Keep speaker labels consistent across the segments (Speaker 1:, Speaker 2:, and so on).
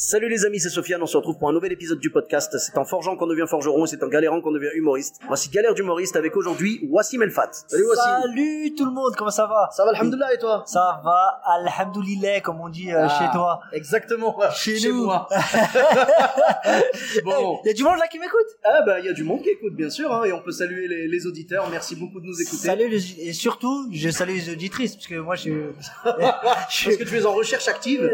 Speaker 1: Salut les amis, c'est Sofiane, on se retrouve pour un nouvel épisode du podcast. C'est en forgeant qu'on devient forgeron, c'est en galérant qu'on devient humoriste. Voici Galère d'humoriste avec aujourd'hui Wassim El Fat. Salut Wassim.
Speaker 2: Salut tout le monde, comment ça va
Speaker 1: Ça va, alhamdoulilah, et toi
Speaker 2: Ça va, alhamdoulilah, comme on dit euh, chez toi.
Speaker 1: Exactement.
Speaker 2: Chez nous.
Speaker 1: moi. bon.
Speaker 2: Il y a du monde là qui m'écoute
Speaker 1: Ah bah, il y a du monde qui écoute, bien sûr, hein, et on peut saluer les, les auditeurs. Merci beaucoup de nous écouter.
Speaker 2: Salut les, et surtout, je salue les auditrices, parce que moi je...
Speaker 1: Parce que tu es en recherche active.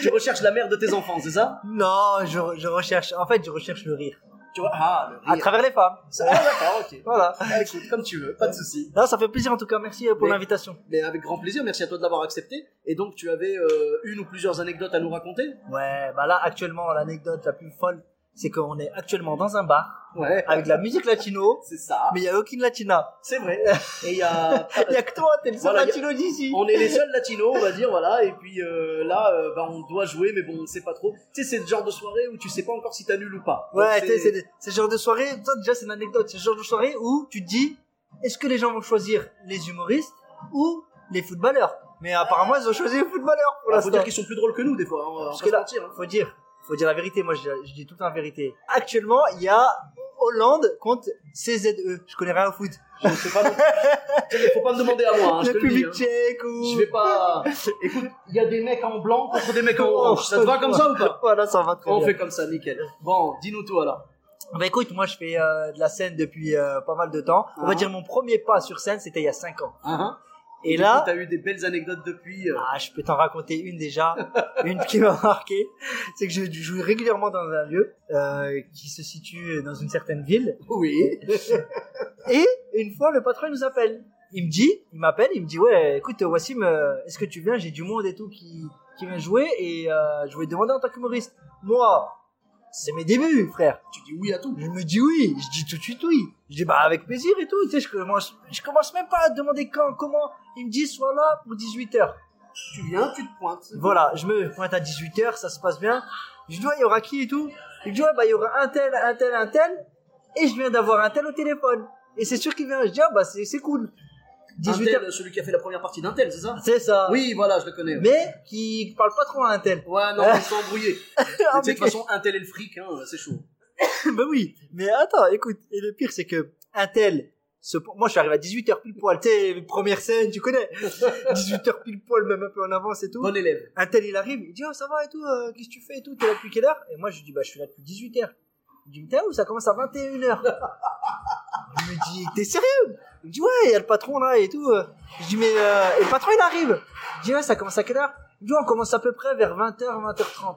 Speaker 1: tu recherches la mère de tes enfants, c'est ça
Speaker 2: non, je, je recherche, en fait je recherche le rire.
Speaker 1: Tu vois Ah, le
Speaker 2: À
Speaker 1: rire.
Speaker 2: travers les femmes.
Speaker 1: Ah, d'accord, ok.
Speaker 2: Voilà.
Speaker 1: Ah, écoute, comme tu veux, pas de souci.
Speaker 2: Non, ça fait plaisir en tout cas, merci euh, pour
Speaker 1: Mais-
Speaker 2: l'invitation.
Speaker 1: Mais avec grand plaisir, merci à toi de l'avoir accepté. Et donc, tu avais euh, une ou plusieurs anecdotes à nous raconter
Speaker 2: Ouais, bah là actuellement l'anecdote la plus folle, c'est qu'on est actuellement dans un bar
Speaker 1: Ouais.
Speaker 2: avec de la musique latino,
Speaker 1: Ah, C'est ça.
Speaker 2: mais il n'y a aucune latina.
Speaker 1: C'est vrai. Et il y a.
Speaker 2: Il n'y a que toi, t'es le seul
Speaker 1: Voilà, y a-
Speaker 2: latino d'ici.
Speaker 1: On est les seuls latinos, on va dire, voilà. Et puis euh, là, euh, bah, on doit jouer, mais bon, on sait pas trop. Tu sais, c'est le genre de soirée où tu sais pas encore si t'annules ou pas.
Speaker 2: Ouais,
Speaker 1: Donc,
Speaker 2: tu sais, c'est c'est le genre de soirée, toi déjà c'est une anecdote, c'est le genre de soirée où tu te dis, est-ce que les gens vont choisir les humoristes ou les footballeurs Mais apparemment ils ont choisi les footballeurs pour
Speaker 1: Voilà, Bah, faut
Speaker 2: l'instant.
Speaker 1: dire qu'ils sont plus drôles que nous, des fois. hein, on va
Speaker 2: Parce
Speaker 1: pas
Speaker 2: que
Speaker 1: se
Speaker 2: là-
Speaker 1: mentir, hein.
Speaker 2: Faut dire, faut dire la vérité, moi je, je dis tout le temps la vérité. Actuellement il y a Hollande contre CZE, je connais rien au foot.
Speaker 1: Je sais pas non plus. Tu sais, faut pas me demander à moi, hein, je
Speaker 2: le
Speaker 1: te le dis.
Speaker 2: public
Speaker 1: hein.
Speaker 2: tchèque ou...
Speaker 1: Je vais pas. Écoute, il y a des mecs en blanc contre des mecs en orange. Ça te va comme ça ou pas
Speaker 2: Voilà, ça va Oh, très
Speaker 1: On
Speaker 2: bien.
Speaker 1: fait comme ça, nickel. Bon, dis-nous tout alors.
Speaker 2: Bah écoute, moi je fais euh, de la scène depuis euh, pas mal de temps. On va
Speaker 1: Ah.
Speaker 2: dire mon premier pas sur scène, c'était il y a 5 ans.
Speaker 1: Hein
Speaker 2: Uh-huh. Et
Speaker 1: Du
Speaker 2: là,
Speaker 1: coup, t'as eu des belles anecdotes depuis. euh,
Speaker 2: Ah, je peux t'en raconter une déjà, une qui m'a marqué. C'est que je joue régulièrement dans un lieu euh, qui se situe dans une certaine ville.
Speaker 1: Oui.
Speaker 2: Et une fois, le patron il nous appelle. Il me dit, il m'appelle, il me dit ouais, écoute, Wassim, euh, est-ce que tu viens J'ai du monde et tout qui qui vient jouer et euh, je voulais te demander en tant qu'humoriste. Moi, c'est mes débuts, frère.
Speaker 1: Tu dis oui à tout.
Speaker 2: Je me dis oui, je dis tout de suite oui. Je dis bah avec plaisir et tout. Tu sais, je commence, je commence même pas à te demander quand, comment. Il me dit sois là pour 18 h
Speaker 1: Tu viens, tu te pointes.
Speaker 2: voilà, je me pointe à 18h, ça se passe bien. Je dis, ouais, il y aura qui et tout Il me dit, ouais, bah, il y aura un tel, un tel, un tel. Et je viens d'avoir un tel au téléphone. Et c'est sûr qu'il vient. Je dis, ah, bah, c'est c'est cool. 18h.
Speaker 1: Intel, celui qui a fait la première partie d'Intel, c'est ça
Speaker 2: C'est ça.
Speaker 1: Oui, voilà, je le connais.
Speaker 2: Mais qui parle pas trop à un tel.
Speaker 1: Ouais, non, ils sont embrouillés. Tu
Speaker 2: Ah,
Speaker 1: sais, de toute façon, Intel est le fric, hein, c'est chaud.
Speaker 2: bah oui. Mais attends, écoute. Et le pire, c'est que un tel. se- Moi, je suis arrivé à 18h pile poil. Tu sais, première scène, tu connais. 18h pile poil, même un peu en avance et tout.
Speaker 1: Bon élève.
Speaker 2: Un tel, il arrive, il dit Oh, ça va et tout, euh, qu'est-ce que tu fais et tout, t'es là depuis quelle heure Et moi, je lui dis Bah, je suis là depuis 18h. Il dit Mais t'es où Ça commence à 21h. je me dis T'es sérieux Il me dit Ouais, il y a le patron là et tout. euh. Je dis Mais euh, et le patron, il arrive. Je dis Ouais, ça commence à quelle heure Il me dit On commence à peu près vers 20h, 20h30.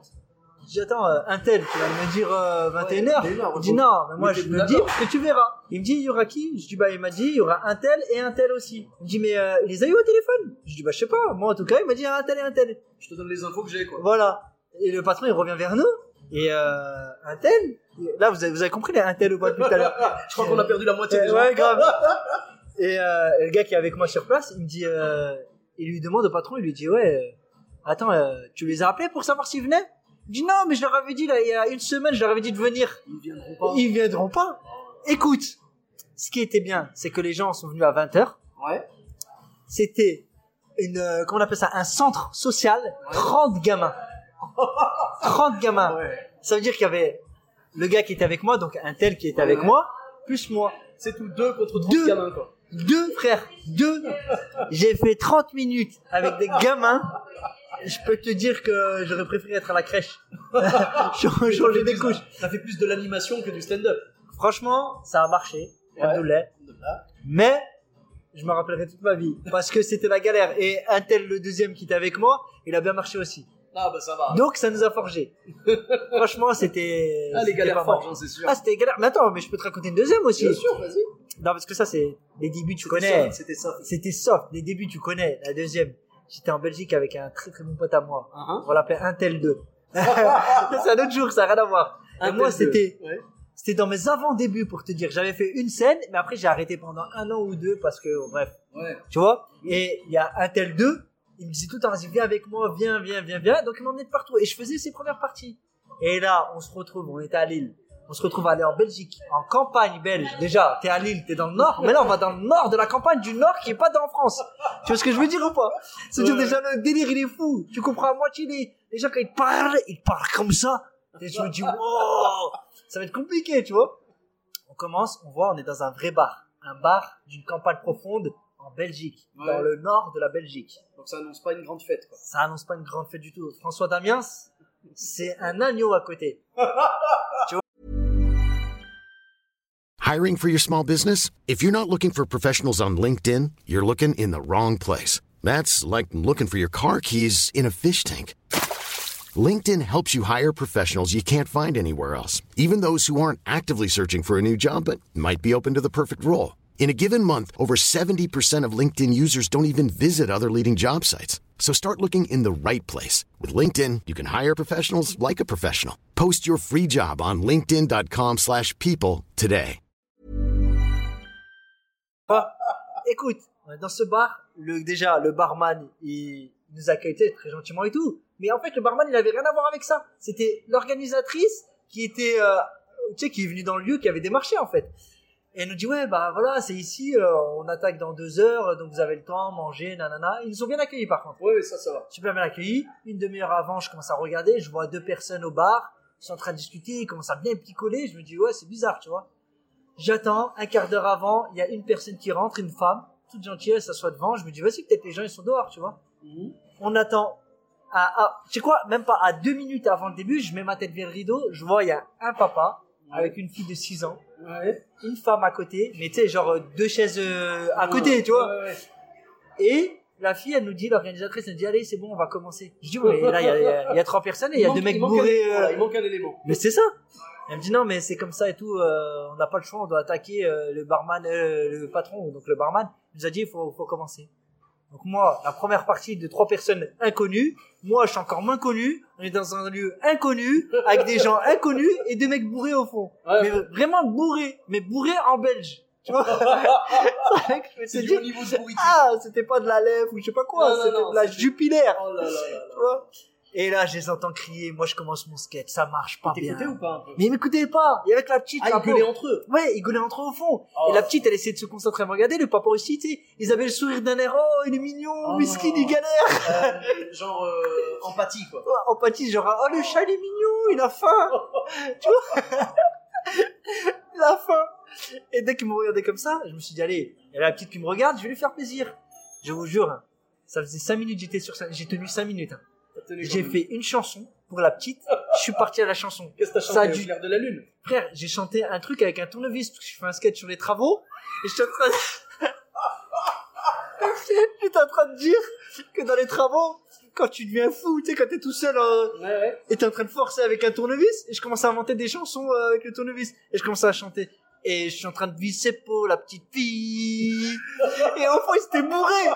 Speaker 2: Je dis Attends, euh, un tel, tu vas me dire euh, 21h
Speaker 1: Ouais, t'es énorme,
Speaker 2: Il dit Non, mais moi,
Speaker 1: Mais t'es
Speaker 2: je me dis
Speaker 1: d'accord.
Speaker 2: Parce que tu verras. Il me dit Il y aura qui Je dis Bah, il m'a dit Il y aura un tel et un tel aussi. Il me dit Mais euh, il les a eu au téléphone Je dis Bah, je sais pas. Moi, en tout cas, il m'a dit Un tel et un tel.
Speaker 1: Je te donne les infos que j'ai, quoi.
Speaker 2: Voilà. Et le patron, il revient vers nous. Et euh, un tel Là, vous avez, vous avez compris, les un tel ou pas depuis tout à l'heure.
Speaker 1: je crois qu'on a perdu la moitié
Speaker 2: Euh,
Speaker 1: des gens.
Speaker 2: ouais, grave. Et euh, le gars qui est avec moi sur place, il me dit... euh, il lui demande au patron, il lui dit, ouais, euh, attends, euh, tu les as appelés pour savoir s'ils venaient Il dit, non, mais je leur avais dit, là, il y a une semaine, je leur avais dit de venir.
Speaker 1: Ils viendront pas.
Speaker 2: Ils viendront pas. Écoute, ce qui était bien, c'est que les gens sont venus à 20h.
Speaker 1: Ouais.
Speaker 2: C'était une, euh, comment on appelle ça, un centre social, 30 gamins. 30 gamins.
Speaker 1: Ouais.
Speaker 2: Ça veut dire qu'il y avait le gars qui était avec moi, donc un tel qui était avec
Speaker 1: Ouais.
Speaker 2: moi, plus moi.
Speaker 1: C'est tout deux contre 30
Speaker 2: Deux.
Speaker 1: gamins, quoi.
Speaker 2: Deux frères, deux. J'ai fait 30 minutes avec des gamins. Je peux te dire que j'aurais préféré être à la crèche. Ch- Changer des couches.
Speaker 1: Ça fait plus de l'animation que du stand-up.
Speaker 2: Franchement, ça a marché.
Speaker 1: Ouais.
Speaker 2: Alhamdoulilah.
Speaker 1: Là.
Speaker 2: Mais je me rappellerai toute ma vie parce que c'était la galère. Et un tel, le deuxième qui était avec moi, il a bien marché aussi.
Speaker 1: Ah, bah ça va.
Speaker 2: Donc ça nous a forgé. Franchement, c'était.
Speaker 1: Ah, les
Speaker 2: c'était
Speaker 1: galères
Speaker 2: pas mal.
Speaker 1: fortes, hein, c'est sûr.
Speaker 2: Ah, c'était galère. Mais attends, mais je peux te raconter une deuxième aussi.
Speaker 1: Bien sûr, vas-y.
Speaker 2: Non, parce que ça, c'est les débuts, tu
Speaker 1: C'était
Speaker 2: connais.
Speaker 1: soft, C'était ça.
Speaker 2: C'était soft. Les débuts, tu connais. La deuxième, J'étais en Belgique avec un très très bon pote à moi.
Speaker 1: Uh-huh.
Speaker 2: On l'appelait Intel 2. c'est un autre jour, ça n'a rien à voir. Et
Speaker 1: Intel
Speaker 2: moi,
Speaker 1: 2.
Speaker 2: c'était
Speaker 1: Ouais.
Speaker 2: c'était dans mes avant-débuts pour te dire. J'avais fait une scène, mais après j'ai arrêté pendant un an ou deux parce que, bref,
Speaker 1: Ouais.
Speaker 2: tu vois. Et il y a Intel 2, il me disait tout le temps, vas-y, viens avec moi, viens, viens, viens, viens. Donc il m'emmenait de partout et je faisais ses premières parties. Et là, on se retrouve, on était à Lille. On se retrouve à aller en Belgique, en campagne belge. Déjà, t'es à Lille, t'es dans le nord, mais là on va dans le nord de la campagne du nord qui est pas dans France. Tu vois ce que je veux dire ou pas C'est dire
Speaker 1: Ouais.
Speaker 2: déjà le délire, il est fou. Tu comprends à moitié les, les gens quand ils parlent, ils parlent comme ça. Et je me dis, wow, ça va être compliqué, tu vois. On commence, on voit, on est dans un vrai bar. Un bar d'une campagne profonde en Belgique,
Speaker 1: Ouais.
Speaker 2: dans le nord de la Belgique.
Speaker 1: Donc ça annonce pas une grande fête, quoi.
Speaker 2: Ça annonce pas une grande fête du tout. François Damiens, c'est un agneau à côté.
Speaker 3: Hiring for your small business? If you're not looking for professionals on LinkedIn, you're looking in the wrong place. That's like looking for your car keys in a fish tank. LinkedIn helps you hire professionals you can't find anywhere else, even those who aren't actively searching for a new job but might be open to the perfect role. In a given month, over 70% of LinkedIn users don't even visit other leading job sites. So start looking in the right place. With LinkedIn, you can hire professionals like a professional. Post your free job on linkedin.com/people slash people today.
Speaker 2: écoute, on est dans ce bar, le, déjà, le barman, il nous accueille tu sais, très gentiment et tout. Mais en fait, le barman, il avait rien à voir avec ça. C'était l'organisatrice qui était, euh, tu sais, qui est venue dans le lieu, qui avait démarché, en fait. Et elle nous dit, ouais, bah voilà, c'est ici, euh, on attaque dans deux heures, donc vous avez le temps, manger, nanana. Ils nous ont bien accueillis, par contre
Speaker 1: Ouais, ça, ça va.
Speaker 2: super bien accueilli. Une demi-heure avant, je commence à regarder, je vois deux personnes au bar, ils sont en train de discuter, ils commencent à bien picoler, je me dis ouais, c'est bizarre, tu vois. J'attends, un quart d'heure avant, il y a une personne qui rentre, une femme, toute gentille, elle s'assoit devant, je me dis vas-y, peut-être les gens ils sont dehors, tu vois. On attend. À, à- tu sais quoi, même pas à deux minutes avant le début, je mets ma tête vers le rideau, je vois il y a un papa avec une fille de 6 ans,
Speaker 1: Ouais.
Speaker 2: une femme à côté, mais tu sais, genre euh, deux chaises euh, à côté, tu vois. Et la fille, elle nous dit, l'organisatrice, elle nous dit, allez, c'est bon, on va commencer. Je dis, ouais, mais là, il y a- il y, a- il y a trois personnes et il y a
Speaker 1: manque-
Speaker 2: deux mecs
Speaker 1: manque un-
Speaker 2: bourrés. euh,
Speaker 1: voilà, il manque un élément.
Speaker 2: Mais c'est ça. Elle me dit, non, mais c'est comme ça et tout, euh, on n'a pas le choix, on doit attaquer euh, le barman, euh, le patron, donc le barman. Il nous a dit, il faut, faut commencer. Donc moi, la première partie de trois personnes inconnues, moi, je suis encore moins connu, on est dans un lieu inconnu, avec des gens inconnus et deux mecs bourrés au fond.
Speaker 1: Ouais, Ah,
Speaker 2: mais
Speaker 1: ouais.
Speaker 2: vraiment bourrés, mais bourrés en belge. Tu vois C'est vrai que je me suis
Speaker 1: C'est
Speaker 2: dit,
Speaker 1: du haut niveau de pourriture.
Speaker 2: ah, c'était pas de la lèvre ou je sais pas quoi,
Speaker 1: Non, non,
Speaker 2: c'était
Speaker 1: non,
Speaker 2: de la
Speaker 1: c'était-
Speaker 2: jupilaire.
Speaker 1: Oh là là là
Speaker 2: tu
Speaker 1: là.
Speaker 2: vois. Et là, je les entends crier, moi je commence mon sketch, ça marche pas bien.
Speaker 1: T'écoutais ou pas un peu
Speaker 2: Mais ils m'écoutaient pas, et avec la petite,
Speaker 1: Ah,
Speaker 2: la
Speaker 1: ils gueulaient
Speaker 2: pauvre-
Speaker 1: entre eux.
Speaker 2: Ouais, ils gueulaient entre eux au fond.
Speaker 1: Oh.
Speaker 2: Et la petite, elle essayait de se concentrer à me regarder, le papa aussi, tu sais. Ils avaient le sourire d'un air, oh, il est mignon,
Speaker 1: Oh.
Speaker 2: miskin, il galère.
Speaker 1: Euh, genre euh, empathie, quoi.
Speaker 2: Ouais, Empathie, genre, oh, le chat, il est mignon, il a faim. tu vois Il a faim. Et dès qu'ils me regardaient comme ça, je me suis dit, allez, il y a la petite qui me regarde, je vais lui faire plaisir. Je vous jure, hein, ça faisait 5 minutes, j'étais sur scène, j'ai tenu 5 minutes. hein.
Speaker 1: T'as tenu quand
Speaker 2: J'ai
Speaker 1: même.
Speaker 2: fait une chanson pour la petite, je suis parti à la chanson.
Speaker 1: Qu'est-ce que t'as
Speaker 2: Ça
Speaker 1: chanté
Speaker 2: a dû-
Speaker 1: Au clair de la lune.
Speaker 2: Frère, j'ai chanté un truc avec un tournevis, parce que je fais un sketch sur les travaux, et j'étais en train de... J'étais en train de dire que dans les travaux, quand tu deviens fou, tu sais, quand t'es tout seul, euh,
Speaker 1: Ouais, ouais.
Speaker 2: et t'es en train de forcer avec un tournevis, et je commence à inventer des chansons euh, avec le tournevis, et je commence à chanter. Et je suis en train de visser pour la petite fille. Et au fond, ils étaient bourrés.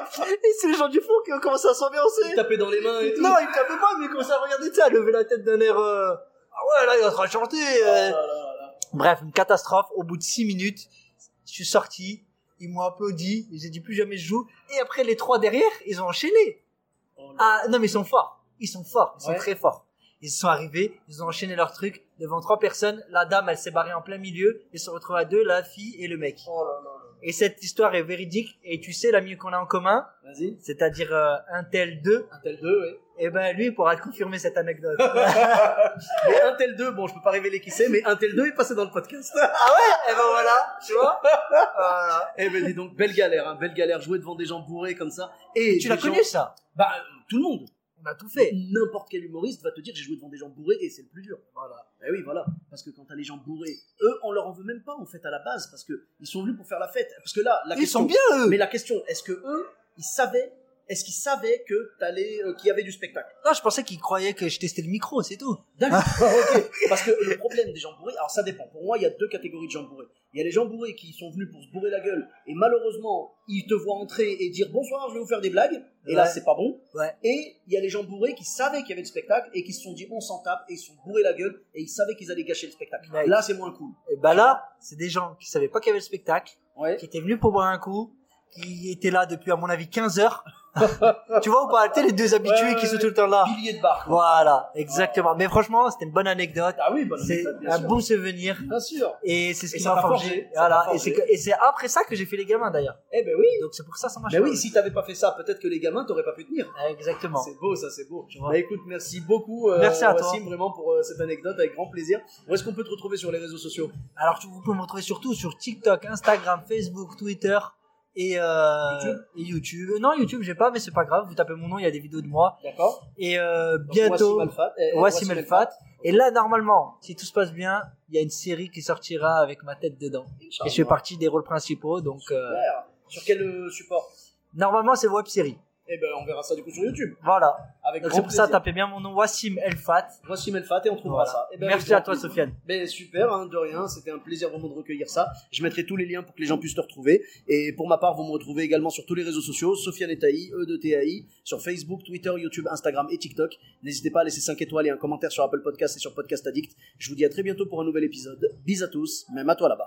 Speaker 2: Et c'est les gens du fond qui ont commencé à s'ambiancer.
Speaker 1: Taper dans les mains et tout. Oh
Speaker 2: Non, il me tapait pas, mais il commençait à regarder, tu sais, à lever la tête d'un air. euh, Ah ouais, là, il est en train de chanter.
Speaker 1: Oh
Speaker 2: euh.
Speaker 1: là là là.
Speaker 2: Bref, une catastrophe. Au bout de 6 minutes, je suis sorti. Ils m'ont applaudi. J'ai dit plus jamais je joue. Et après, les trois derrière, ils ont enchaîné.
Speaker 1: Oh là.
Speaker 2: Ah, non, mais ils sont forts. Ils sont forts. Ils sont
Speaker 1: Ouais.
Speaker 2: très forts. Ils sont arrivés. Ils ont enchaîné leur truc devant trois personnes. La dame, elle s'est barrée en plein milieu. Ils se retrouvent à deux, la fille et le mec.
Speaker 1: Oh là là là.
Speaker 2: Et cette histoire est véridique. Et tu sais, l'ami qu'on a en commun,
Speaker 1: Vas-y.
Speaker 2: c'est-à-dire euh, un tel 2,
Speaker 1: Un tel 2, ouais.
Speaker 2: eh ben, lui, il pourra confirmer cette anecdote.
Speaker 1: mais un tel 2, bon, je peux pas révéler qui c'est, mais un tel 2 est passé dans le podcast.
Speaker 2: Et ben voilà, tu vois Voilà.
Speaker 1: eh ben dis donc, belle galère, hein, belle galère, jouer devant des gens bourrés comme ça. Et
Speaker 2: Tu l'as
Speaker 1: des gens-
Speaker 2: connu ça
Speaker 1: Bah, euh, tout le monde.
Speaker 2: On a tout fait.
Speaker 1: N'importe quel humoriste va te dire j'ai joué devant des gens bourrés et c'est le plus dur. Voilà. Eh oui, voilà. Parce que quand t'as les gens bourrés, eux, on leur en veut même pas en fait à la base parce que ils sont venus pour faire la fête. Parce que là, la question.
Speaker 2: eux
Speaker 1: Mais la question, est-ce que eux, ils savaient, est-ce qu'ils savaient que t'allais, euh, qu'il y avait du spectacle
Speaker 2: Non, je pensais qu'ils croyaient que je testais le micro, c'est tout. Ah.
Speaker 1: D'accord. ok. Parce que le problème des gens bourrés, alors ça dépend. Pour moi, il y a deux catégories de gens bourrés. Il Il y a les gens bourrés qui sont venus pour se bourrer la gueule et malheureusement, ils te voient entrer et dire bonsoir, je vais vous faire des blagues. Et là,
Speaker 2: Ouais.
Speaker 1: c'est pas bon.
Speaker 2: Ouais.
Speaker 1: Et il y a les gens bourrés qui savaient qu'il y avait le spectacle et qui se sont dit on s'en tape et ils se sont bourrés la gueule et ils savaient qu'ils allaient gâcher le spectacle.
Speaker 2: Ouais.
Speaker 1: Là, c'est moins cool.
Speaker 2: Et bah là, c'est des gens qui savaient pas qu'il y avait le spectacle,
Speaker 1: Ouais.
Speaker 2: qui étaient venus pour boire un coup, qui étaient là depuis, à mon avis, 15 heures. tu vois ou pas Tu sais, les deux habitués
Speaker 1: Ouais, ouais,
Speaker 2: qui sont
Speaker 1: ouais.
Speaker 2: tout le temps là.
Speaker 1: Pilier Ah. de bar. quoi.
Speaker 2: Voilà, exactement. Mais franchement, c'était une bonne anecdote.
Speaker 1: Ah oui, bonne
Speaker 2: C'est
Speaker 1: anecdote, bien
Speaker 2: un
Speaker 1: sûr.
Speaker 2: bon souvenir.
Speaker 1: Bien sûr.
Speaker 2: Et c'est ce
Speaker 1: Et
Speaker 2: qui
Speaker 1: ça
Speaker 2: m'a
Speaker 1: t'a
Speaker 2: forgé.
Speaker 1: forgé, ça
Speaker 2: Voilà.
Speaker 1: t'a
Speaker 2: Et c'est
Speaker 1: forgé.
Speaker 2: que- et c'est après ça que j'ai fait les gamins d'ailleurs.
Speaker 1: Eh ben oui.
Speaker 2: Donc c'est pour ça ça marche.
Speaker 1: Ben
Speaker 2: pas.
Speaker 1: oui, si t'avais pas fait ça, peut-être que les gamins t'auraient pas pu tenir.
Speaker 2: Ah, Exactement.
Speaker 1: C'est beau, ça, c'est beau.
Speaker 2: vois.
Speaker 1: Bah, écoute, merci beaucoup, euh,
Speaker 2: Merci à toi.
Speaker 1: Wassim, vraiment pour euh, cette anecdote, avec grand plaisir. Où est-ce qu'on peut te retrouver sur les réseaux sociaux
Speaker 2: Alors tu- vous pouvez me retrouver surtout sur TikTok, Instagram, Facebook, Twitter et, euh,
Speaker 1: YouTube.
Speaker 2: et YouTube. Non YouTube j'ai pas mais c'est pas grave. Vous tapez mon nom, il y a des vidéos de moi.
Speaker 1: D'accord.
Speaker 2: Et euh,
Speaker 1: Donc,
Speaker 2: bientôt.
Speaker 1: Wassim Alfat. eh, eh,
Speaker 2: Wassim El Fat. Et
Speaker 1: Et
Speaker 2: là, normalement, si tout se passe bien, il y a une série qui sortira avec ma tête dedans. Et je fais partie des rôles principaux, donc euh,
Speaker 1: Sur quel euh, support
Speaker 2: normalement c'est web série.
Speaker 1: Eh ben, on verra ça du coup sur YouTube.
Speaker 2: Voilà.
Speaker 1: Avec
Speaker 2: Donc
Speaker 1: grand
Speaker 2: c'est pour ça,
Speaker 1: plaisir.
Speaker 2: tapez bien mon nom, Wassim El Fat.
Speaker 1: Wassim El Fat et on trouvera
Speaker 2: Voilà.
Speaker 1: ça. Eh ben, avec
Speaker 2: Merci
Speaker 1: grand
Speaker 2: à toi,
Speaker 1: plaisir.
Speaker 2: Sofiane.
Speaker 1: Ben super, hein, de rien. C'était un plaisir vraiment de recueillir ça. Je mettrai tous les liens pour que les gens puissent te retrouver. Et pour ma part, vous me retrouvez également sur tous les réseaux sociaux, Sofiane et Taï, E de TAI, sur Facebook, Twitter, YouTube, Instagram et TikTok. N'hésitez pas à laisser 5 étoiles et un commentaire sur Apple Podcast et sur Podcast Addict. Je vous dis à très bientôt pour un nouvel épisode. Bis à tous, même à toi là-bas.